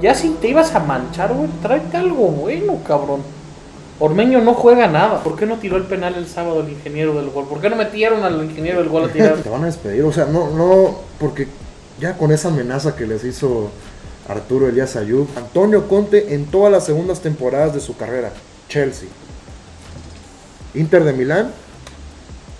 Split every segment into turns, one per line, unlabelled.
Ya si te ibas a manchar, güey, tráete algo bueno, cabrón. Ormeño no juega nada. ¿Por qué no tiró el penal el sábado el ingeniero del gol? ¿Por qué no metieron al ingeniero del gol a tirar?
Te van a despedir, o sea, no, no, porque ya con esa amenaza que les hizo Arturo Elías Ayub, Antonio Conte en todas las segundas temporadas de su carrera, Chelsea. Inter de Milán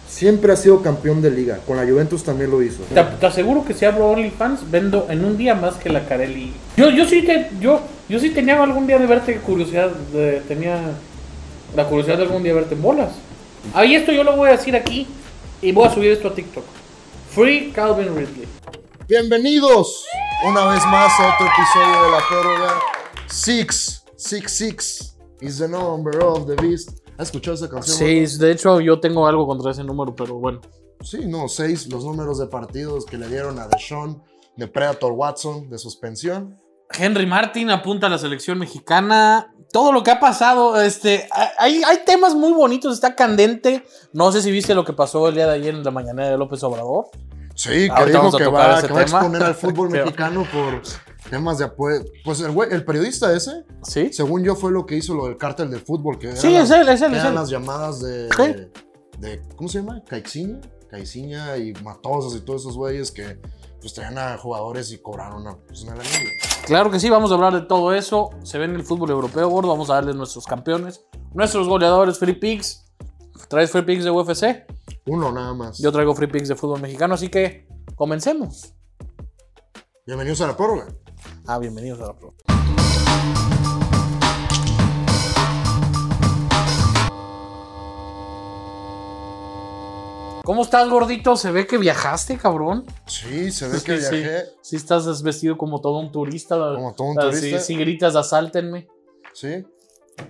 siempre ha sido campeón de liga, con la Juventus también lo hizo.
Te, te aseguro que si abro OnlyFans vendo en un día más que la Carelli. Yo, yo sí te, yo, yo sí tenía algún día de verte curiosidad, de- tenía la curiosidad de algún día verte en bolas. Ahí esto yo lo voy a decir aquí y voy a subir esto a TikTok. Free Calvin Ridley.
Bienvenidos una vez más a otro episodio de la prórroga. Six, six, six is the number of the beast. ¿Has escuchado esa canción?
de hecho yo tengo algo contra ese número, pero bueno.
Sí, no, seis, los números de partidos que le dieron a Deshaun, de Predator Watson, de suspensión.
Henry Martin apunta a la selección mexicana. Todo lo que ha pasado, este, hay, hay temas muy bonitos, está candente. No sé si viste lo que pasó el día de ayer en la mañana de López Obrador.
Sí, que
Ahorita
dijo
vamos a
que,
tocar
va,
ese
que va a
tema.
exponer al fútbol
Pero-
mexicano por temas de apoyo. Pues el, güey- el periodista ese,
¿Sí?
según yo, fue lo que hizo lo del cártel del fútbol. Que
Sí,
eran
es
las-
él, es él,
que
es
eran
él.
las llamadas de,
Sí.
de- ¿Cómo se llama? Caixinha. Caixinha y Matosas y todos esos güeyes que pues traían a jugadores y cobraron una, pues, una lanilla.
Claro que sí, vamos a hablar de todo eso. Se ve en el fútbol europeo, gordo. Vamos a darles nuestros campeones, nuestros goleadores, free picks. ¿Traes free picks de UFC?
Uno nada más.
Yo traigo free picks de fútbol mexicano, así que comencemos.
Bienvenidos a la prórroga.
Ah, bienvenidos a la prueba. ¿Cómo estás, gordito? Se ve que viajaste, cabrón.
Sí, se ve
Sí,
que
sí.
viajé.
Si estás vestido como todo un turista.
Como todo un
Ah,
turista.
Si, si gritas, asáltenme.
Sí.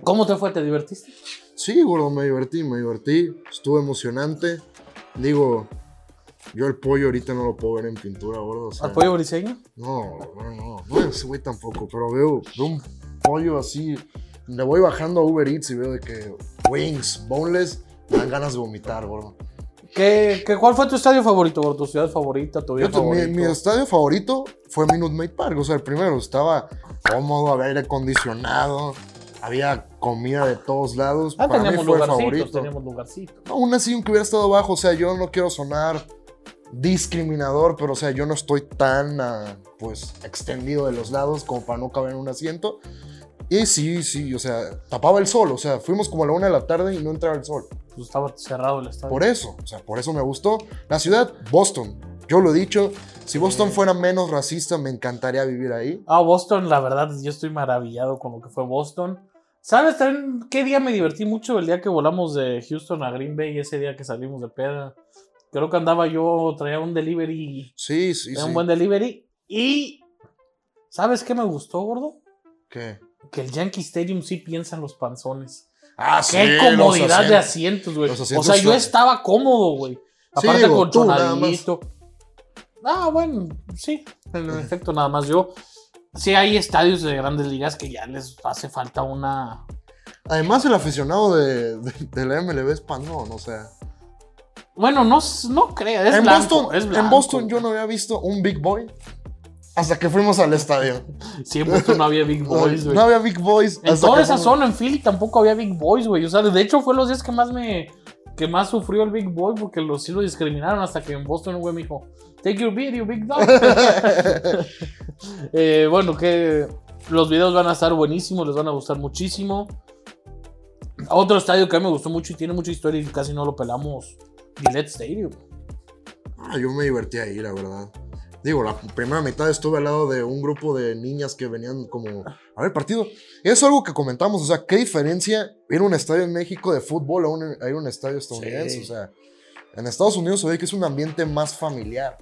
¿Cómo te fue? ¿Te divertiste?
Sí, gordo, me divertí, me divertí. Estuvo emocionante. Digo, yo el pollo ahorita no lo puedo ver en pintura, gordo. o sea,
¿Al Ah, pollo briseño?
No, no, no. No, ese güey tampoco, pero veo, veo un pollo así. Le voy bajando a Uber Eats y veo de que wings, boneless, me dan ganas de vomitar, gordo.
¿Qué, qué, cuál fue tu estadio favorito, gordo? ¿Tu ciudad favorita? ¿Tu vida
Yo te- mi,
favorita?
mi estadio favorito fue Minute Maid Park, o sea, el primero. Estaba cómodo, había aire acondicionado, había comida de todos lados.
Ah,
Para mí
teníamos
fue el
lugarcitos,
favorito.
teníamos lugarcitos.
Aún así, aunque hubiera estado bajo, o sea, yo no quiero sonar discriminador, pero o sea, yo no estoy tan ah, pues extendido de los lados como para no caber en un asiento. Y sí, sí, o sea, tapaba el sol, o sea, fuimos como a la una de la tarde y no entraba el sol.
Pues estaba cerrado el estadio.
Por eso, o sea, por eso me gustó. La ciudad, Boston, yo lo he dicho, si Boston fuera menos racista, me encantaría vivir ahí.
Ah, Boston, la verdad, yo estoy maravillado con lo que fue Boston. ¿Sabes también qué día me divertí mucho? El día que volamos de Houston a Green Bay, ese día que salimos de peda. Creo que andaba yo, traía un delivery,
Sí, sí,
traía
sí.
un buen delivery. Y, ¿sabes qué me gustó, gordo?
¿Qué?
Que el Yankee Stadium sí piensan los panzones.
Ah,
qué
los
comodidad de
asientos.
asientos, güey.
Los
O
asientos
sea, yo
suaves.
estaba cómodo, güey.
Sí,
Aparte
digo,
con
tú, nada
chonadito. Ah, bueno, sí. En efecto, nada más yo. Sí, hay estadios de grandes ligas que ya les hace falta una.
Además, el aficionado de, de, de la MLB es panón, o sea.
Bueno, no, s- no creo. Es
en,
blanco,
Boston,
es
en
blanco.
Boston yo no había visto un Big Boy hasta que fuimos al estadio.
Sí, en Boston no había Big Boys, güey.
no había Big Boys.
en
hasta
toda
que
esa
fuimos-
zona, en Philly, tampoco había Big Boys, güey. O sea, de hecho, fue los días que más me. Que más sufrió el Big Boy porque los, sí lo discriminaron hasta que en Boston un güey me dijo: Take your video, Big Dog. Eh, bueno, que los videos van a estar buenísimos, les van a gustar muchísimo. Otro estadio que a mí me gustó mucho y tiene mucha historia y casi no lo pelamos: Gillette Stadium.
Ah, yo me divertí ahí, la verdad. Digo, la primera mitad estuve al lado de un grupo de niñas que venían como a ver partido. Es algo que comentamos, o sea, qué diferencia ir a un estadio en México de fútbol a, un, a ir a un estadio estadounidense.
Sí.
O sea, en Estados Unidos se ve que es un ambiente más familiar.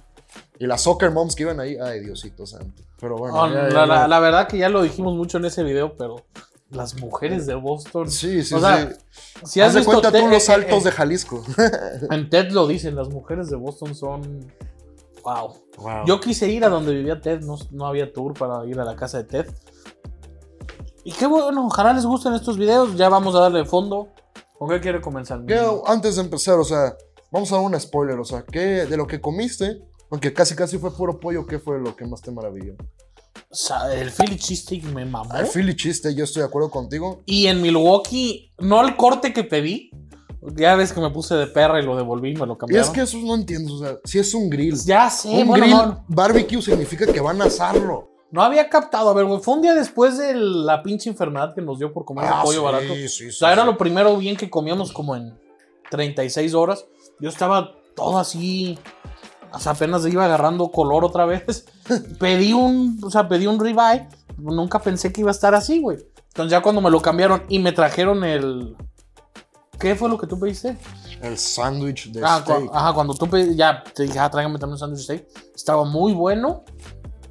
Y las soccer moms que iban ahí, ay, Diosito santo. Pero bueno,
Oh,
ya- ya-
la, la- la verdad que ya lo dijimos mucho en ese video, pero las mujeres de Boston.
sí, sí,
o sea,
sí.
Si has
Haz de
visto
cuenta
te-
tú los
eh, eh,
saltos de Jalisco.
En Ted lo dicen, las mujeres de Boston son. Wow.
Wow.
Yo quise ir a donde vivía Ted, no, no había tour para ir a la casa de Ted. Y qué bueno, ojalá les gusten estos videos. Ya vamos a darle fondo. ¿Con qué quiere comenzar? mi niño?
antes de empezar, o sea, vamos a dar un spoiler, o sea, ¿qué de lo que comiste? Aunque casi casi fue puro pollo, ¿qué fue lo que más te maravilló?
O sea, el Philly Cheesesteak me mamó.
El Philly chiste, yo estoy de acuerdo contigo.
Y en Milwaukee, no el corte que pedí. Ya ves que me puse de perra y lo devolví y me lo
Y
cambiaron.
es que eso no entiendo, o sea, si es un grill.
Ya sé,
un
bueno,
grill
no,
barbecue significa que van a asarlo.
no había captado. A ver, güey, fue un día después de la pinche enfermedad que nos dio por comer
Ah,
pollo
sí,
barato.
sí, sí,
O sea, era
sí.
lo primero bien que comíamos como en 36 horas. Yo estaba todo así. O sea, apenas iba agarrando color otra vez. pedí un, o sea, pedí un ribeye. Nunca pensé que iba a estar así, güey. Entonces ya cuando me lo cambiaron y me trajeron el... ¿Qué fue lo que tú pediste?
El sándwich de
Ah,
steak.
cu- ajá, cuando tú pedí, ya te dije, ah, tráigame también un sándwich de steak. Estaba muy bueno.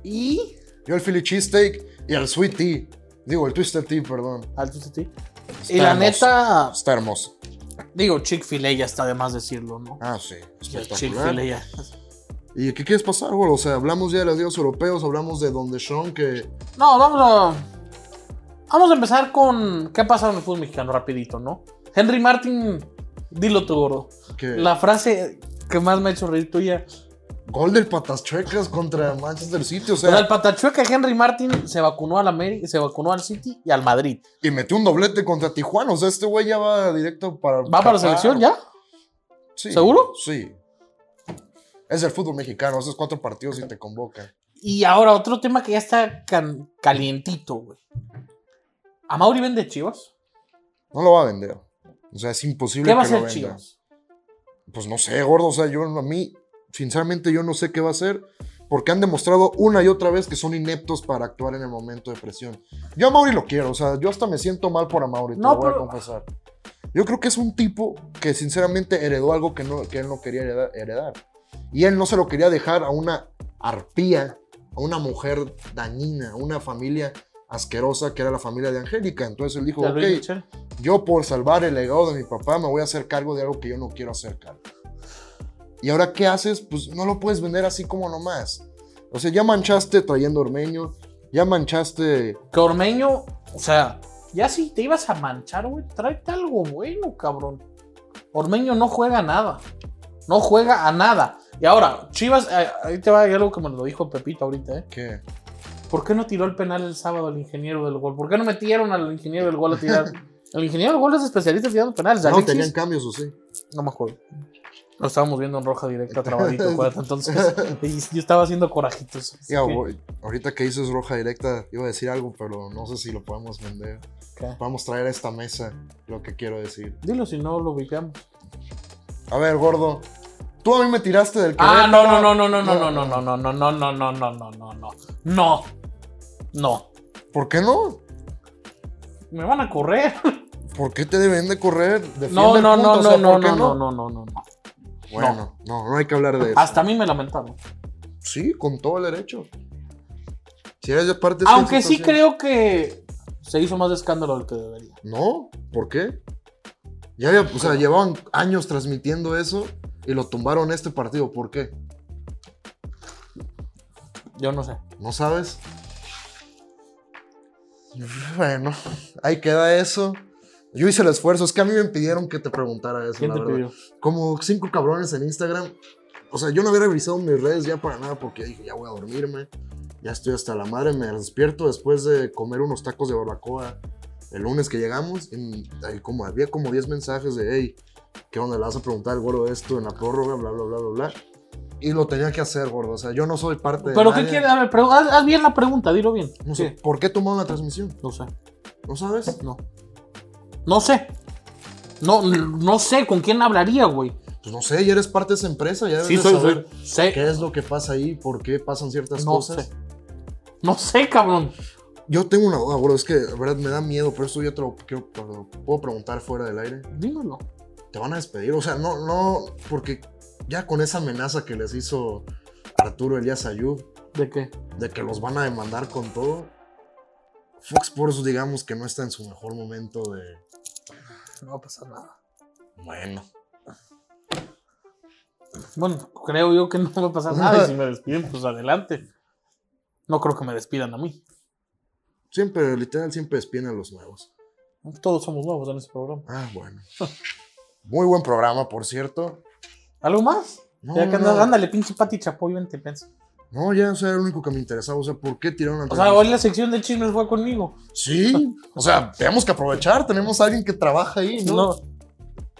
Y...
Yo el Philly cheesesteak y el sweet tea. Digo, el twisted tea, perdón.
al tú, tú, tú.
Está
Y la
hermoso.
neta,
Está hermoso.
digo, Chick-fil-A ya está de más decirlo, ¿no?
Ah, sí.
Ya,
Espectacular.
Chick-fil-A ya.
¿Y qué quieres pasar, güey? O sea, hablamos ya de los dios europeos, hablamos de Don Sean, que
No, vamos a. Vamos a empezar con. ¿Qué ha pasado en el fútbol mexicano? Rapidito, ¿no? Henry Martin, dilo tú, gordo.
¿Qué?
La frase que más me ha hecho reír tuya.
gol del Patachuecas contra Manchester City, o
O sea,
sea,
el patachueca Henry Martin se vacunó al América, se vacunó al City y al Madrid.
y metió un doblete contra Tijuana. O sea, este güey ya va directo para.
¿Va para la selección ya?
Sí,
¿Seguro?
Sí. Es el fútbol mexicano, esos cuatro partidos y te convocan.
Y ahora otro tema que ya está can- calientito, güey. ¿A Mauri vende Chivas?
No lo va a vender. O sea, es imposible
¿Qué va a
que lo
hacer
venda.
Chivas?
Pues no sé, gordo. O sea, yo a mí, sinceramente, yo no sé qué va a hacer. Porque han demostrado una y otra vez que son ineptos para actuar en el momento de presión. Yo a Mauri lo quiero, o sea, yo hasta me siento mal por a Mauri, te
No,
lo voy
pero-
a confesar. Yo creo que es un tipo que sinceramente heredó algo que, no, que él no quería hereda- heredar. Y él no se lo quería dejar a una arpía, a una mujer dañina, a una familia asquerosa que era la familia de Angélica. Entonces él dijo,
¿De Luis
ok,
Michel?
yo por salvar el legado de mi papá me voy a hacer cargo de algo que yo no quiero hacer cargo. Y ahora, ¿qué haces? Pues no lo puedes vender así como nomás. O sea, ya manchaste trayendo ormeño, ya manchaste...
Que Ormeño, o sea, ya si te ibas a manchar, güey, tráete algo bueno, cabrón. Ormeño no juega a nada. No juega a nada. Y ahora, Chivas, eh, ahí te va hay algo que me lo dijo Pepito ahorita, ¿eh?
¿Qué?
¿Por qué no tiró el penal el sábado al ingeniero del gol? ¿Por qué no metieron al ingeniero del gol a tirar? El ingeniero del gol es especialista tirando penales.
No,
Alexis-
tenían cambios, o sí.
no me acuerdo. Lo estábamos viendo en roja directa, trabadito, acuérdate. Entonces, y yo estaba haciendo corajitos. así
Ya,
que-
voy- ahorita que dices roja directa, iba a decir algo, pero no sé si lo podemos vender.
¿qué?
Podemos traer a esta mesa lo que quiero decir.
Dilo si no lo ubicamos.
A ver, gordo, tú a mí me tiraste del
Ah,
Querétaro.
no, no, no, no, no, no, no, no, no, no, no, no, no, no, no, no, no, no, no,
¿Por qué no?
me van a correr.
¿Por qué te deben de correr? Defiende
No,
el
no,
punto,
no,
o
no,
sea,
no,
¿por qué
no, no, no, no, no, no.
Bueno, no. no, hay que hablar de eso.
Hasta a mí me lamentaron.
Sí, con todo el derecho. Si eres de parte de esa
Aunque sí
situación-
creo que se hizo más de escándalo del que debería.
No, ¿por qué? Ya había, o sea, llevaban años transmitiendo eso y lo tumbaron este partido. ¿Por qué?
Yo no sé.
¿No sabes? Bueno, ahí queda eso. Yo hice el esfuerzo. Es que a mí me pidieron que te preguntara eso,
¿Quién
la
te
verdad. Pues,
pidió?
Como cinco cabrones en Instagram. O sea, yo no había revisado mis redes ya para nada porque dije, ya voy a dormirme. Ya estoy hasta la madre. Me despierto después de comer unos tacos de barbacoa el lunes que llegamos. Y ahí como, había como 10 mensajes de, hey, ¿qué onda? Le vas a preguntar al gordo esto en la prórroga, bla, bla, bla, bla, bla. Y lo tenía que hacer, gordo. O sea, yo no soy parte de.
Pero qué
nadie.
quiere, a ver, pero haz, haz bien la pregunta, dilo bien.
No
Sí,
sé, ¿por qué tomaron la transmisión?
No sé,
¿No sabes?
no. No sé. No, no sé con quién hablaría, güey.
Pues no sé, ya eres parte de esa empresa, ya debes
Sí,
de
soy,
saber
soy. Sé.
qué es lo que pasa ahí, por qué pasan ciertas
No
cosas.
sé. No sé, cabrón.
Yo tengo una duda, bro, es que la verdad me da miedo, pero eso yo te lo, quiero- te lo puedo preguntar fuera del aire.
Dímelo.
¿Te van a despedir? O sea, no, no, porque ya con esa amenaza que les hizo Arturo Elías Ayub
¿De qué?
de que los van a demandar con todo, Fox Sports digamos que no está en su mejor momento de...
No va a pasar nada.
Bueno.
Bueno, creo yo que no va a pasar nada. Y si me despiden, pues adelante. No creo que me despidan a mí.
Siempre, literal, siempre despiden a los nuevos.
Todos somos nuevos en este programa.
Ah, bueno. Muy buen programa, por cierto.
¿Algo más?
No,
ya que
no,
andas-
no.
ándale, pinche Pati Chapoy, vente, piensa.
No, ya, o sea, era lo único que me interesaba. O sea, ¿por qué tiraron a
O sea, hoy la sección de chismes fue conmigo.
Sí, o sea, tenemos que aprovechar. Tenemos a alguien que trabaja ahí, ¿no?
No,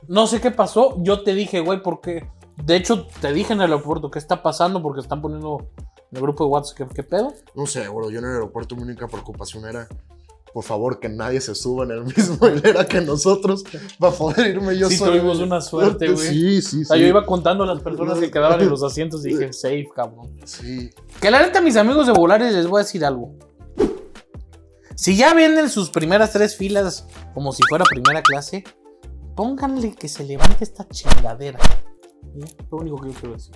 no sé qué pasó. Yo te dije, güey, porque. De hecho, te dije en el aeropuerto qué está pasando porque están poniendo en el grupo de WhatsApp qué, qué pedo.
No sé, bro, yo en el aeropuerto mi única preocupación era, por favor, que nadie se suba en el mismo hilera que nosotros para poder irme yo
Sí,
solo.
tuvimos una suerte, güey.
Sí, sí,
O sea,
sí.
yo iba contando a las personas que quedaban en los asientos y dije, safe, cabrón.
Sí,
Que la neta, mis amigos de Volaris, les voy a decir algo. Si ya venden sus primeras tres filas como si fuera primera clase, pónganle que se levante esta chingadera. ¿Ya? Lo único que yo quiero decir.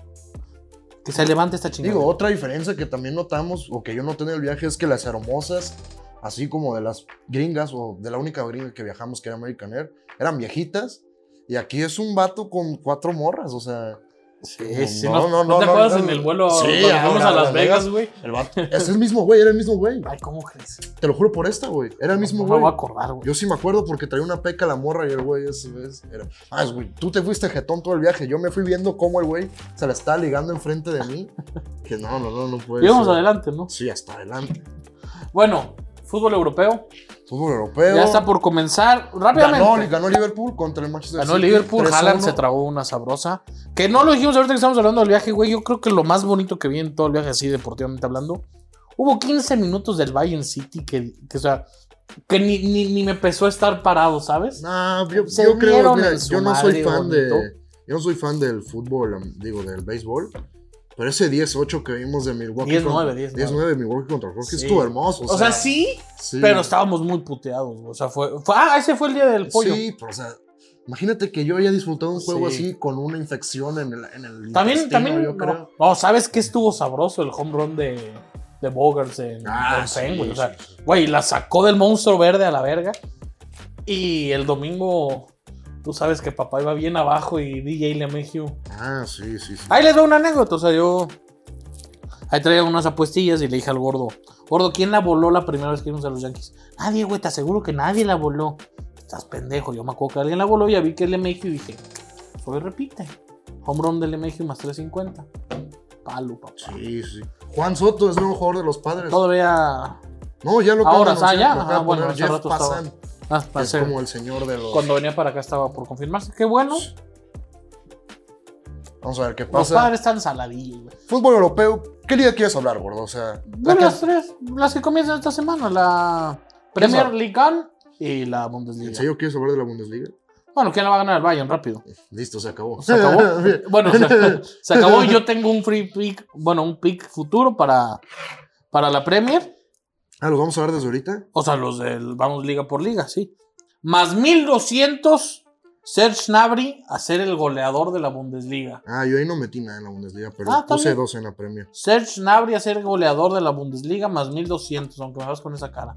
Que se levante esta chingadera.
Digo, otra diferencia que también notamos, o que yo noté en el viaje, es que las hermosas, así como de las gringas, o de la única gringa que viajamos, que era American Air, eran viejitas. Y aquí es un vato con cuatro morras, o sea.
Sí, sí, no, te acuerdas en el vuelo
Sí,
cuando fuimos a
ahora,
Las Vegas, güey?
El vato. Es el mismo güey, era el mismo güey.
Ay, ¿cómo crees?
Te lo juro por esta, güey. Era el mismo
No me
güey.
voy a acordar, güey.
Yo sí me acuerdo porque traía una peca la morra y el güey ese, ves, era, ah, es güey, tú te fuiste jetón todo el viaje. Yo me fui viendo cómo el güey se la estaba ligando enfrente de mí. Que no, no, no, no puede
Íbamos
ser.
adelante, ¿no?
Sí, hasta adelante.
Bueno, fútbol europeo.
Fútbol europeo.
Ya está por comenzar. Rápidamente.
Ganó, ganó Liverpool contra el Manchester
Ganó
City,
Liverpool,
3-1.
Haaland se tragó una sabrosa. Que no lo dijimos ahorita que estamos hablando del viaje, güey. Yo creo que lo más bonito que vi en todo el viaje, así deportivamente hablando, hubo 15 minutos del Bayern City que, que, o sea, que ni, ni, ni me pesó estar parado, ¿sabes?
Nah, yo,
Se
yo creo,
dieron
mira,
en su
yo no soy
madre
fan de.
bonito.
Yo no soy fan del fútbol, am- digo, del béisbol. Pero ese 10-8 que vimos de Milwaukee.
10-9,
10-9.
10-9
Milwaukee contra Rocky
Sí.
estuvo hermoso.
O sea, sí,
sí.
pero estábamos muy puteados. güey. O sea, fue, fue- Ah, ese fue el día del pollo.
Sí, pero o sea, imagínate que yo haya disfrutado un juego
Sí.
así con una infección en el, en el
también,
intestino,
también.
yo
no.
creo.
No, ¿sabes qué estuvo sabroso? El home run de, de Bogarts en
Ah,
en Fen,
sí,
güey. O sea,
sí, sí.
Güey, la sacó del monstruo verde a la verga. Y el domingo, tú sabes que papá iba bien abajo y DJ le mejió.
Ah, sí, sí, sí.
Ahí les doy una anécdota, o sea, yo. Ahí traía unas apuestillas y le dije al gordo: Gordo, ¿quién la voló la primera vez que vimos a los Yankees? Nadie, güey, te aseguro que nadie la voló. Estás pendejo, yo me acuerdo que alguien la voló y ya vi que es LMX y dije: Hoy repite. Home run del LMX más 350. Palo, papá.
Sí, sí. Juan Soto es el nuevo jugador de los padres.
Todavía.
No, ya lo acaban
Ahora,
de anunciar,
ah, ya,
lo acaban
ah,
de
bueno,
poner
hace
Jeff
rato
Passan,
estaba. Ah,
que
para
es
ser-
como el señor de los.
Cuando venía para acá estaba por confirmarse. Qué bueno.
Vamos a ver qué
Los
pasa.
padres están saladillos, güey.
Fútbol europeo, ¿qué liga quieres hablar, gordo? O sea,
De
la que-
las tres, las que comienzan esta semana, la Premier
Esa.
League One y la
¿en
Bundesliga.
serio quieres hablar de la Bundesliga?
Bueno, ¿quién la va a ganar el Bayern? Rápido.
Listo, se acabó.
Se acabó. bueno, se, se acabó. Yo tengo un free pick, bueno, un pick futuro para, para la Premier.
Ah, ¿los vamos a hablar desde ahorita?
O sea, los del vamos liga por liga, sí. Más 1200 Serge Gnabry a ser el goleador de la Bundesliga.
Ah, yo ahí no metí nada en la Bundesliga, pero
Ah,
puse
también.
12 en la Premier.
Serge Gnabry a ser goleador de la Bundesliga más 1200, aunque me vas con esa cara.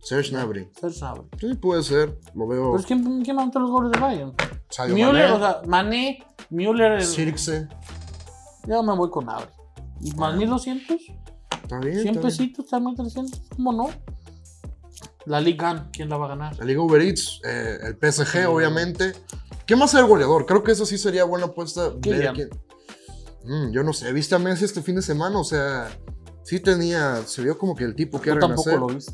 Serge Gnabry.
Serge Gnabry.
Sí, puede ser, lo veo.
Pero es que, ¿quién, quién anotó los goles de Bayern?
Sadio
Müller,
Mané,
Pues, o sea, Mané, Müller. el-
Sirkse.
Yo me voy con Gnabry. ¿Y más 1200?
Está bien. está
100
bien.
pesitos, también 300. ¿Cómo no? La Ligue 1, ¿quién la va a ganar?
La Liga Uber Eats, eh, el PSG, obviamente. ¿Qué más el goleador? Creo que eso sí sería buena apuesta. ver
Kylian.
quién- Mm, yo no sé, ¿viste a Messi este fin de semana? O sea, sí tenía, se vio como que el tipo que
Tú
era
tampoco lo viste.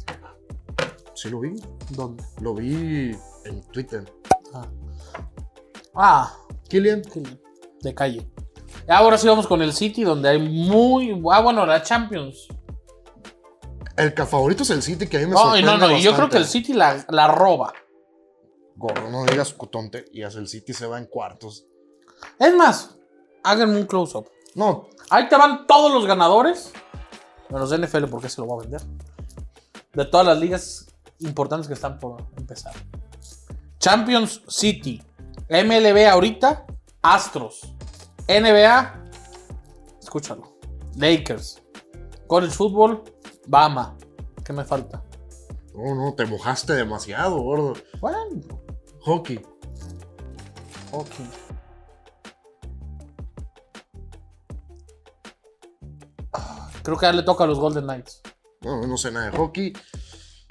Sí lo vi,
¿Dónde?
lo vi en Twitter.
Ah, ah
Kylian,
qué lindo. de calle. Ahora sí vamos con el City, donde hay muy. Ah, bueno, la Champions.
el ca- favorito es el City, que a mí me
No, y
sorprende
no, no, y yo
bastante.
creo que el City la, la roba.
Gordo, no digas cutonte, y hace el City se va en cuartos.
Es más, háganme un close-up.
No,
Ahí te van todos los ganadores. Menos de NFL porque se lo va a vender. De todas las ligas importantes que están por empezar. Champions City. MLB ahorita. Astros. NBA. Escúchalo. Lakers. College Football. Bama. ¿Qué me falta?
no, no, te mojaste demasiado, gordo.
Bueno.
Hockey,
Ok. Ah, Creo que ya le toca a los Golden Knights.
No, no sé nada de hockey.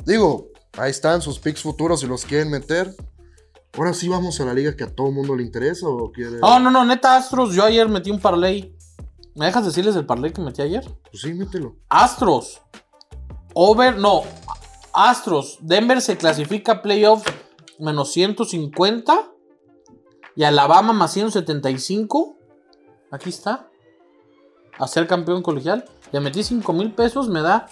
Digo, ahí están sus picks futuros si los quieren meter. Ahora sí
Oh, Ah,
vamos a la liga que a todo mundo le interesa o quiere.
No, no, no, neta Astros, yo ayer metí un parlay ¿Me dejas decirles el parlay que metí ayer?
Pues sí, mételo.
Astros. Over, no. Astros. Denver se clasifica a playoff menos 150. Y Alabama más 175. Aquí está. A ser campeón colegial. Le metí 5 mil pesos, me da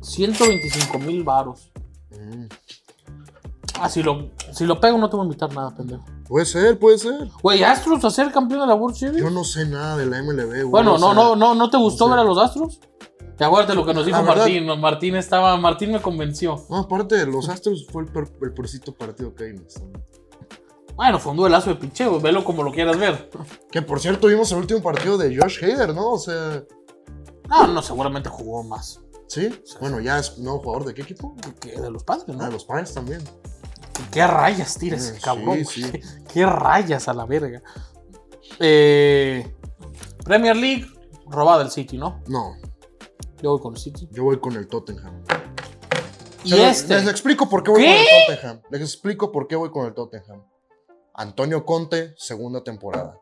125 mil varos.
Mm.
Ah, si lo, si lo pego no te voy a invitar nada, pendejo.
Puede ser, puede ser.
Güey, Astros a ser campeón de la World Series.
Yo no sé nada de la MLB, güey.
Bueno,
o
no,
sea,
no, no, no te gustó
sé.
ver a los Astros. Te acuerdas lo que nos dijo
La Ah, verdad-
Martín. Martín estaba, Martín me convenció.
No, aparte de los Astros fue el, peor- el peorcito partido que hay. en este esto.
Bueno, fue un duelazo de picheo, velo como lo quieras ver.
Que por cierto vimos el último partido de Josh Hader, ¿no? O sea,
No, no, seguramente jugó más
sí. Bueno, ya es nuevo jugador de qué equipo?
que de los padres,
Ah,
¿no?
de los Pines también.
¿Qué rayas tira ese
Sí,
cabrón?
sí.
güey? ¿Qué rayas a la verga? Eh, Premier League, robada el City, ¿no?
No,
Yo voy con el City.
yo voy con el Tottenham.
Y
Pero Les
este,
explico por qué voy
¿Qué?
con el Tottenham. Les explico por qué voy con el Tottenham. Antonio Conte, segunda temporada.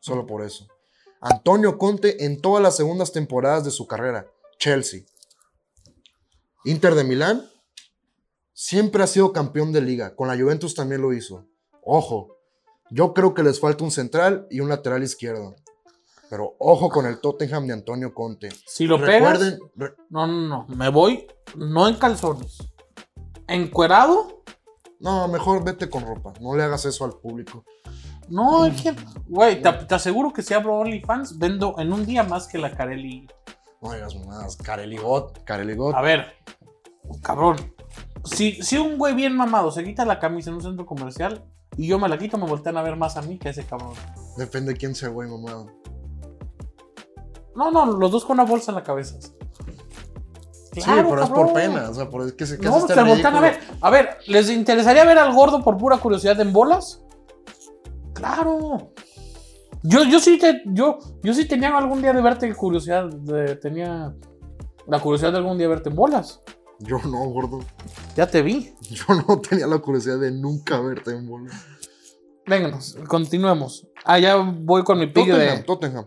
Solo por eso. Antonio Conte en todas las segundas temporadas de su carrera. Chelsea. Inter de Milán. Siempre ha sido campeón de liga. Con la Juventus también lo hizo. Ojo. Yo creo que les falta un central y un lateral izquierdo. Pero ojo con el Tottenham de Antonio Conte.
si lo pegas.
Recuerden, re-
No, no, no. Me voy no en calzones. Encuerado.
No, mejor vete con ropa. No le hagas eso al público.
No, es que. Güey, te, te aseguro que si abro OnlyFans, vendo en un día más que la Carelli.
No digas mamadas. Carely Got. Carely Got.
A ver, cabrón. Si, si un güey bien mamado se quita la camisa en un centro comercial y yo me la quito, me voltean a ver más a mí que a ese cabrón.
Depende de quién sea, güey, mamado.
No, no, los dos con una bolsa en la cabeza.
sí, pero es por
cabrón.
pena. O sea, por, es que se que haces
No,
este
se voltean a ver.
ridículo.
A ver, ¿les interesaría ver al gordo por pura curiosidad en bolas? Claro. Yo, yo sí te, yo, yo sí tenía algún día de verte curiosidad, de- tenía la curiosidad de algún día verte en bolas.
Yo no, gordo.
Ya te vi.
Yo no tenía la curiosidad de nunca verte en bola.
Vénganos, continuemos. Ah, ya voy con mi pillo
Tottenham,
de.
Tottenham.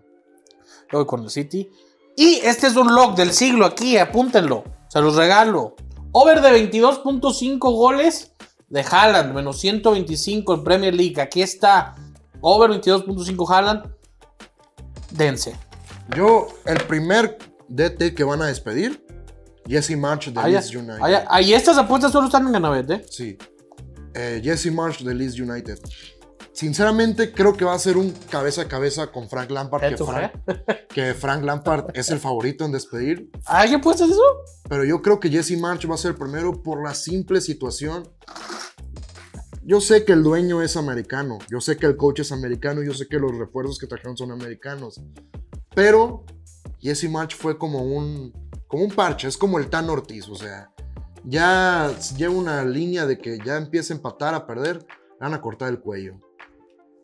Yo voy con el City. Y este es un log del siglo aquí, apúntenlo. Se los regalo. Over de 22.5 goles de Haaland, menos 125 en Premier League. Aquí está. Over 22.5 Haaland. Dense.
Yo, el primer DT que van a despedir, Jesse March de
Ahí,
Leeds United.
ahí- ahí estas apuestas solo están en Ganavet, ¿eh?
Sí. Eh, Jesse Marsh de Leeds United. Sinceramente, creo que va a ser un cabeza a cabeza con Frank Lampard. Que
Eso,
Frank, que Frank Lampard es el favorito en despedir.
¿Hay apuestas eso?
Pero yo creo que Jesse March va a ser primero por la simple situación. Yo sé que el dueño es americano, yo sé que el coach es americano, yo sé que los refuerzos que trajeron son americanos. Pero Jesse March fue como un, como un parche, es como el Tan Ortiz, o sea, ya lleva una línea de que ya empieza a empatar, a perder, le van a cortar el cuello.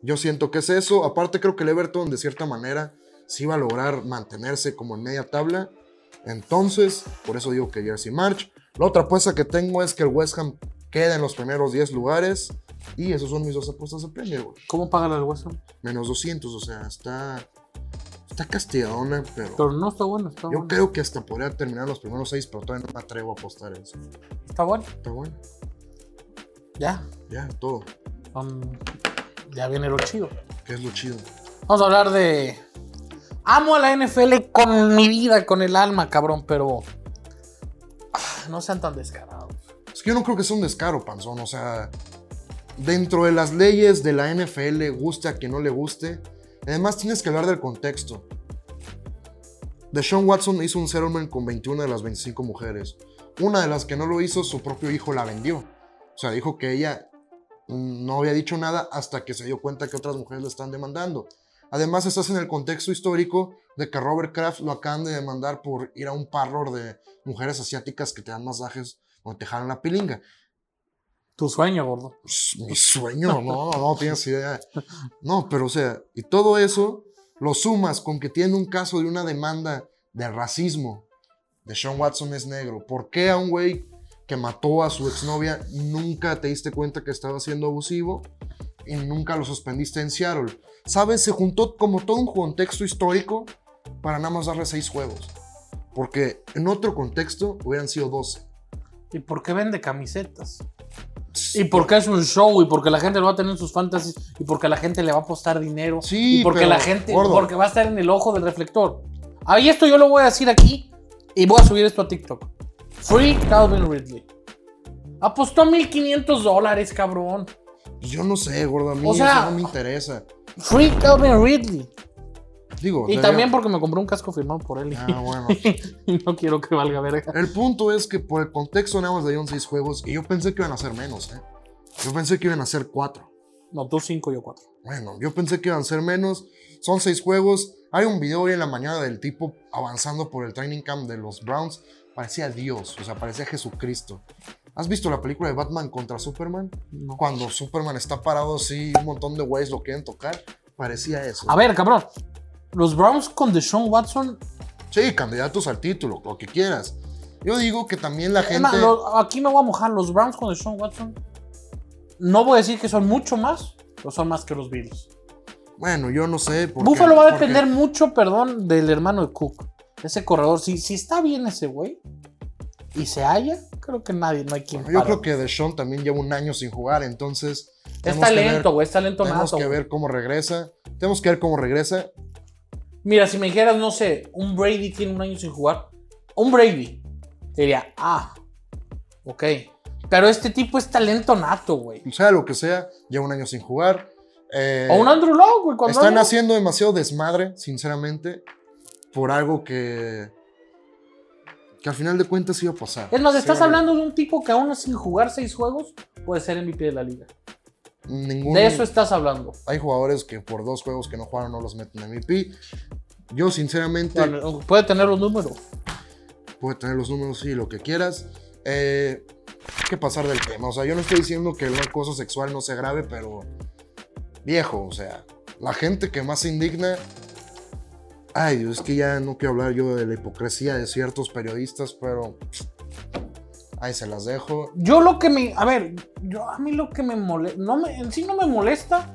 Yo siento que es eso, aparte creo que el Everton de cierta manera sí va a lograr mantenerse como en media tabla. Entonces, por eso digo que Jersey March. La otra apuesta que tengo es que el West Ham queda en los primeros 10 lugares. Y esos son mis dos apuestas de Premier, güey.
¿Cómo pagan al hueso?
Menos 200, o sea, está. Está castigadona, pero.
Pero no está bueno, está
Yo
bueno.
creo que hasta podría terminar los primeros 6, pero todavía no me atrevo a apostar eso.
Está bueno.
Está bueno,
Ya.
ya, todo.
Son- ya viene lo chido.
Que es lo chido.
Vamos a hablar de. Amo a la NFL con mi vida, con el alma, cabrón, pero. ah, No sean tan descarados.
Es que yo no creo que sea un descaro, panzón. O sea, dentro de las leyes de la NFL, guste a quien no le guste. Además, tienes que hablar del contexto. Deshaun Watson hizo un settlement con 21 de las 25 mujeres. Una de las que no lo hizo, su propio hijo la vendió. O sea, dijo que ella mm, no había dicho nada hasta que se dio cuenta que otras mujeres le están demandando. Además, estás en el contexto histórico de que Robert Kraft lo acaban de demandar por ir a un parlor de mujeres asiáticas que te dan masajes o te jalan la pilinga.
Tu sueño, gordo.
Pues, Mi sueño, no, no tienes idea. No, pero o sea, y todo eso lo sumas con que tiene un caso de una demanda de racismo. De Sean Watson es negro. ¿Por qué a un güey que mató a su exnovia nunca te diste cuenta que estaba siendo abusivo y nunca lo suspendiste en Seattle? ¿Sabes? Se juntó como todo un contexto histórico para nada más darle seis juegos. Porque en otro contexto hubieran sido 12.
¿Y por qué vende camisetas? Y porque es un show, y porque la gente lo va a tener en sus fantasies, y porque la gente le va a apostar dinero,
Sí,
y porque
pero,
la gente,
gordo.
porque va a estar en el ojo del reflector. Ahí esto yo lo voy a decir aquí, y voy a subir esto a TikTok. Free Calvin Ridley. Apostó 1500 dólares, cabrón.
Yo no sé, gordo, a mí
O sea-
eso no me interesa.
Free Calvin Ridley.
Pues Digo,
Y
debería-
también porque me compré un casco firmado por él. y-
Ah, bueno.
y no quiero que valga verga.
El punto es que por el contexto nada más le dieron seis juegos y yo pensé que iban a ser menos, ¿eh? Yo pensé que iban a ser cuatro.
No, tú cinco, yo cuatro.
Bueno, yo pensé que iban a ser menos. Son seis juegos. Hay un video hoy en la mañana del tipo avanzando por el training camp de los Browns. Parecía Dios, o sea, parecía Jesucristo. ¿Has visto la película de Batman contra Superman?
No.
Cuando Superman está parado así, un montón de güeyes lo quieren tocar. Parecía eso.
A ver, cabrón. Los Browns con Deshaun Watson.
Sí, candidatos al título, lo que quieras. Yo digo que también la
Es más,
gente...
lo- aquí me voy a mojar. Los Browns con Deshaun Watson. No voy a decir que son mucho más, pero son más que los Bills.
Bueno, yo no sé. porque-
Buffalo va a
porque-
depender mucho, perdón, del hermano de Cook. Ese corredor, si, si está bien ese güey y se halla, creo que nadie, no hay quien.
Yo
para.
creo que Deshaun también lleva un año sin jugar, entonces.
es
tenemos que ver-
talento, güey, es talento
Tenemos
nato,
que
güey.
ver cómo regresa. Tenemos que ver cómo regresa.
Mira, si me dijeras, no sé, un Brady tiene un año sin jugar. Un Brady. Te diría, ah, ok. Pero este tipo es talento nato, güey.
Sea lo que sea, lleva un año sin jugar. Eh,
o un Andrew Locke, güey. Cuando
están
anda-
haciendo demasiado desmadre, sinceramente, por algo que. que al final de cuentas iba a pasar.
Es más, estás
Sí,
hablando de un tipo que aún sin jugar seis juegos puede ser MVP de la liga.
Ningún,
De eso estás hablando.
Hay jugadores que por dos juegos que no jugaron no los meten en MVP. Yo, sinceramente.
Bueno, puede tener los números.
puede tener los números y lo que quieras. Eh, hay que pasar del tema. O sea, yo no estoy diciendo que el acoso sexual no sea grave, pero viejo, o sea, la gente que más se indigna. Ay, Dios, es que ya no quiero hablar yo de la hipocresía de ciertos periodistas, pero ahí se las dejo.
Yo lo que me. A ver, yo, a mí lo que me molesta. No me, en sí no me molesta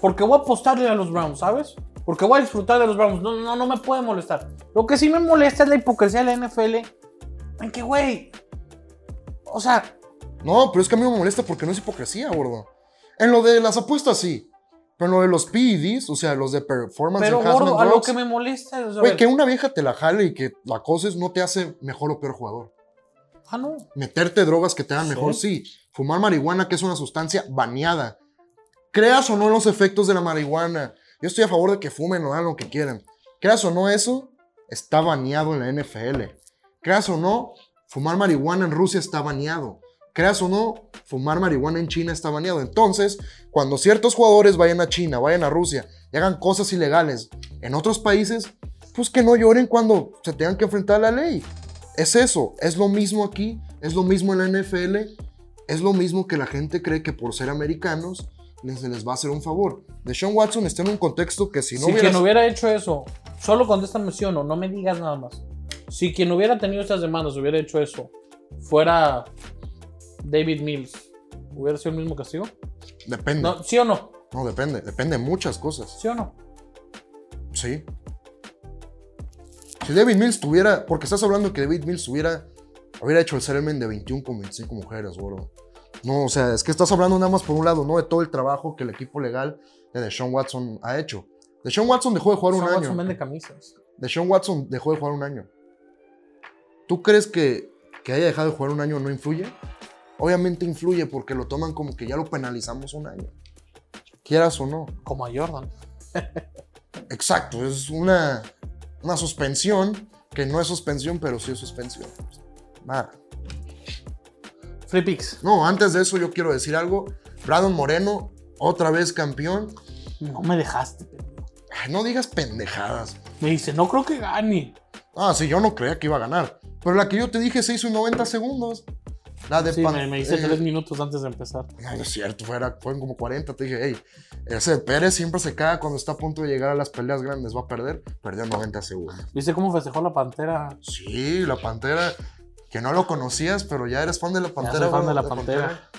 porque voy a apostarle a los Browns, ¿sabes? Porque voy a disfrutar de los Browns. No, no, no me puede molestar. Lo que sí me molesta es la hipocresía de la NFL. En que, güey. O sea,
No, pero es que a mí me molesta porque no es hipocresía, gordo. En lo de las apuestas sí, pero en lo de los PEDs, o sea, los de Performance
pero
Enhancement
gordo, a lo
Drugs,
que me molesta es. a
güey,
ver,
que una vieja te la jale y que la coses no te hace mejor o peor jugador.
Ah, no.
meterte drogas que te dan
Sí.
mejor, sí. Fumar marihuana, que es una sustancia baneada. Creas o no los efectos de la marihuana. Yo estoy a favor de que fumen o hagan lo que quieran. Creas o no eso, está baneado en la NFL. Creas o no, fumar marihuana en Rusia está baneado. Creas o no, fumar marihuana en China está baneado. Entonces, cuando ciertos jugadores vayan a China, vayan a Rusia y hagan cosas ilegales en otros países, pues que no lloren cuando se tengan que enfrentar a la ley. Es eso, es lo mismo aquí, es lo mismo en la NFL, es lo mismo que la gente cree que por ser americanos les- se les va a hacer un favor. Deshaun Watson está en un contexto que si no
si
hubiera...
quien hubiera hecho eso, solo contéstame sí o no, no me digas nada más. Si quien hubiera tenido esas demandas hubiera hecho eso, fuera David Mills, ¿hubiera sido el mismo castigo?
Depende.
No, ¿Sí o no?
No, depende. Depende de muchas cosas.
¿Sí o no?
Sí. Si David Mills tuviera. Porque estás hablando que David Mills hubiera. Hubiera hecho el settlement de 21 con 25 mujeres, bro. No, o sea, es que estás hablando nada más por un lado, ¿no? De todo el trabajo que el equipo legal de Deshaun Watson ha hecho. Deshaun Watson dejó de jugar
Sean
un
Watson
año.
vende camisas.
Deshaun Watson dejó de jugar un año. ¿Tú crees que, que haya dejado de jugar un año no influye? Obviamente influye porque lo toman como que ya lo penalizamos un año. Quieras o no.
Como a Jordan.
Exacto, es una, una suspensión que no es suspensión, pero sí es suspensión. Nada.
Free picks.
No, antes de eso yo quiero decir algo. Brandon Moreno, otra vez campeón.
No me dejaste. pendejo.
Ay, no digas pendejadas.
Me dice, no creo que gane.
Ah, sí, yo no creía que iba a ganar. Pero la que yo te dije se hizo en 90 segundos. La de
Sí,
Pan-
me, me dice
eh,
tres minutos antes de empezar.
No, no es cierto, fuera, fueron como 40. Te dije, hey, ese Pérez siempre se caga cuando está a punto de llegar a las peleas grandes. Va a perder, perdió en 90 segundos.
¿Viste cómo festejó la pantera?
Sí, la Pantera. Que no lo conocías, pero ya eres fan de la Pantera.
soy fan
bro,
de la Pantera.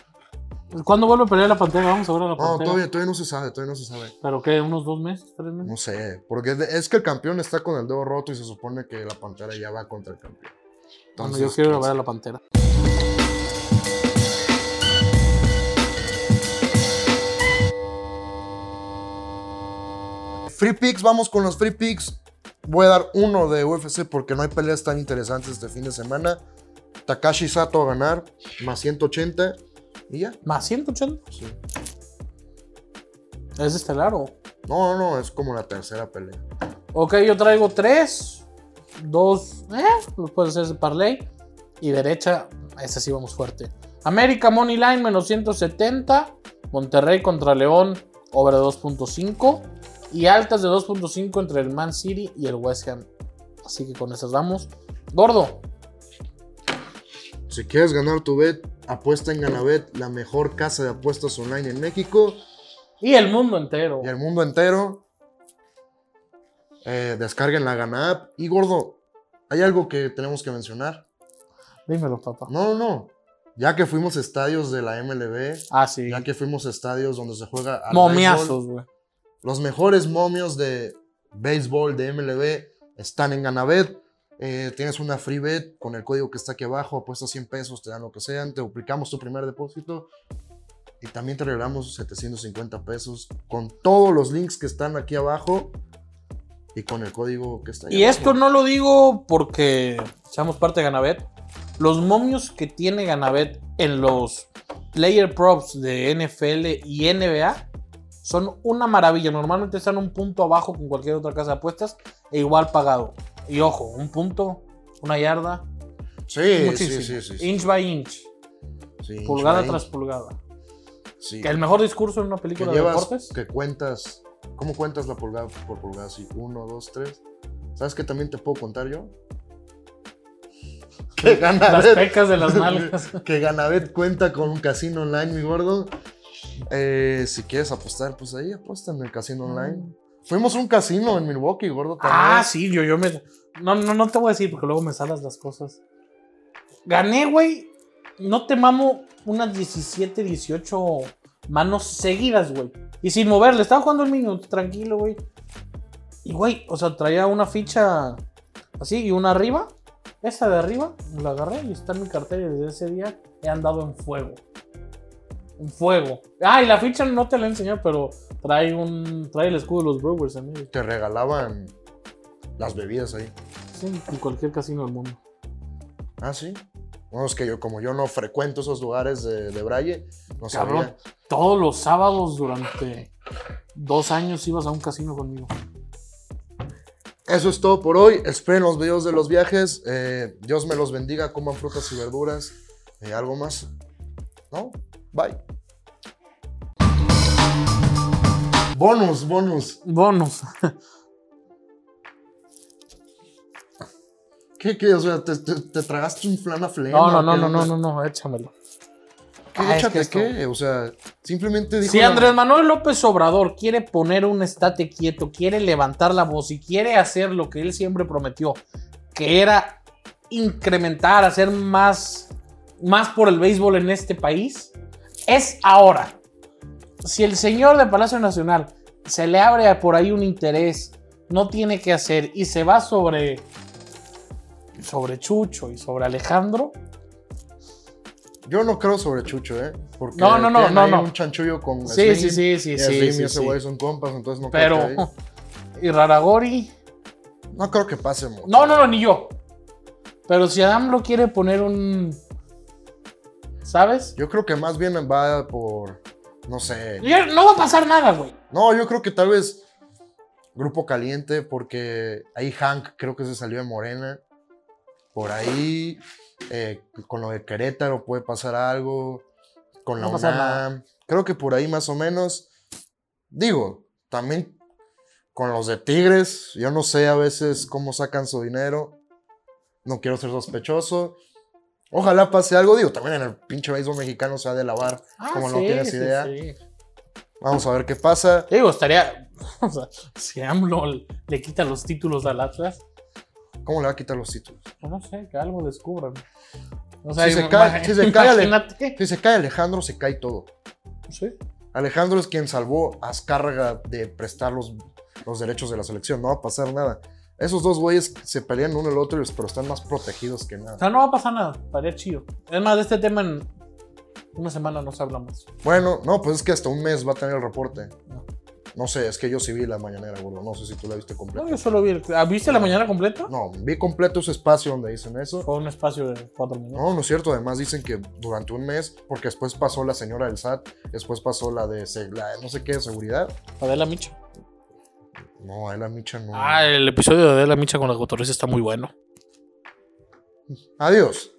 ¿Cuándo vuelve a pelear la pantera? Vamos a ver a la
No,
pantera.
todavía, todavía no se sabe, todavía no se sabe.
¿Pero qué? ¿Unos dos meses? ¿Tres meses?
No sé, porque es de- es que el campeón está con el dedo roto y se supone que la pantera ya va contra el campeón.
Bueno,
Entonces,
yo quiero ir a
pues,
ver a la pantera.
Free picks, vamos con los free picks. Voy a dar uno de UFC porque no hay peleas tan interesantes este fin de semana. Takashi Sato a ganar, más 180. Y ya.
¿Más 180?
sí.
¿Es estelar o...?
No, no, no, es como la tercera pelea.
Ok, yo traigo tres. Dos, eh, los puedes hacer de parlay. Y derecha, esa sí vamos fuerte. América Money Line menos 170. Monterrey contra León, over de 2.5. Y altas de 2.5 entre el Man City y el West Ham. Así que con esas vamos. Gordo,
Si quieres ganar tu bet, apuesta en Ganabet, la mejor casa de apuestas online en México
y el mundo entero.
y el mundo entero. Eh, descarguen la Gana app. Y gordo, hay algo que tenemos que mencionar.
Dímelo, papá.
No, no, no. Ya que fuimos a estadios de la MLB,
Ah, sí.
ya que fuimos a estadios donde se juega al béisbol,
Momiazos, güey.
los mejores momios de béisbol de MLB están en Ganabet. Eh, tienes una free bet con el código que está aquí abajo, apuestas 100 pesos, te dan lo que sean, te duplicamos tu primer depósito y también te regalamos 750 pesos con todos los links que están aquí abajo y con el código que está ahí
Y
abajo.
esto no lo digo porque seamos parte de Ganabet. Los momios que tiene Ganabet en los player props de NFL y NBA son una maravilla. Normalmente están un punto abajo con cualquier otra casa de apuestas e igual pagado. Y ojo, un punto, una yarda,
Sí, sí,
muchísimo.
sí, sí, sí.
Inch by inch,
Sí,
pulgada
Shine,
tras pulgada.
sí.
Que el mejor discurso en una
que
película de
llevas,
deportes.
que cuentas, ¿cómo cuentas la pulgada por pulgada? Así, uno, dos, tres. ¿Sabes qué también te puedo contar yo? Que
Las
Ganabet,
pecas de las nalgas.
que Ganabet cuenta con un casino online, mi gordo. Eh, si quieres apostar, pues ahí apuesta en el casino online. Fuimos a un casino en Milwaukee, gordo.
Mm. Ah,
también.
sí, yo, yo me. No, no, no te voy a decir porque luego me salas las cosas. Gané, güey. No te mamo unas 17, 18 manos seguidas, güey. Y sin moverle, estaba jugando el minuto, tranquilo, güey. Y, güey, o sea, traía una ficha así y una arriba. Esa de arriba la agarré y está en mi cartera y desde ese día he andado en fuego. En fuego. Ah, y la ficha no te la he enseñado, pero trae un. trae el escudo de los Brewers, amigo.
Te regalaban las bebidas ahí.
Sí, en cualquier casino del mundo.
Ah, sí. Bueno, es que yo, como yo no frecuento esos lugares de, de Braille, no
Cabrón,
sabía.
todos los sábados durante dos años ibas a un casino conmigo.
Eso es todo por hoy. Esperen los videos de los viajes. Eh, Dios me los bendiga. Coman frutas y verduras. Eh, ¿Algo más? ¿No? Bye. Bonus, bonus.
Bonus.
¿Qué, qué? O sea, ¿te, te, te tragaste un flan a flema?
No, no, no,
¿Qué
no, no,
onda?
no, no, échamelo.
¿Qué,
Ah, es
échate
que esto-
qué? O sea, simplemente dijo...
Si
la-
Andrés Manuel López Obrador quiere poner un estate quieto, quiere levantar la voz y quiere hacer lo que él siempre prometió, que era incrementar, hacer más, más por el béisbol en este país, es ahora. Si el señor de Palacio Nacional se le abre a por ahí un interés, no tiene que hacer y se va sobre, sobre Chucho y sobre Alejandro,
Yo no creo sobre Chucho, ¿eh? Porque
No, no, no,
tienen
no,
ahí
no.
un chanchullo con
Sí,
Slim,
sí, sí, sí, sí,
y Slim
sí,
y ese
sí.
güey son compas, entonces no creo que
pero... Y Raragori...
ahí- No creo que pase mucho.
No, no, no, ni yo. Pero si Adam lo quiere poner un. ¿Sabes?
Yo creo que más bien va por... No sé,
Ya No va a pasar nada, güey.
No, yo creo que tal vez Grupo Caliente, porque ahí Hank creo que se salió de Morena. Por ahí, eh, con lo de Querétaro puede pasar algo. Con la
No pasa nada.
UNAM. Creo que por ahí más o menos. Digo, también con los de Tigres, yo no sé a veces cómo sacan su dinero. No quiero ser sospechoso. Ojalá pase algo, digo, también en el pinche béisbol mexicano se ha de lavar, como no tienes idea.
Ah, Sí,
Vamos a ver qué pasa.
Te Digo, estaría. O sea, si AMLO le quita los títulos al Atlas,
¿Cómo le va a quitar los títulos?
yo no sé, que algo descubran. O
Si se
ima-
cae- si se cae, Ale.
imagínate.
Si se cae Alejandro, se cae todo. Sí. Alejandro es quien salvó a Azcárraga de prestar los, los derechos de la selección. No va a pasar nada. Esos dos güeyes se pelean uno el otro, pero están más protegidos que nada.
O sea, no va a pasar nada, estaría chido. Es más, de este tema en una semana no se habla más.
Bueno, no, pues es que hasta un mes va a tener el reporte. No sé, es que yo sí vi la mañanera, gordo. No sé si tú la viste
No,
completa.
yo solo vi el... ¿Ah, ¿Viste la mañana completa?
No, vi completo ese espacio donde dicen eso.
Fue un espacio de cuatro minutos.
No, no es cierto. Además dicen que durante un mes, porque después pasó la señora del SAT, después pasó la de se- la de no sé qué de seguridad.
Adela Micha.
No, a la micha no.
Ah, el episodio de Adela Micha con las cotorriza está muy bueno.
Adiós.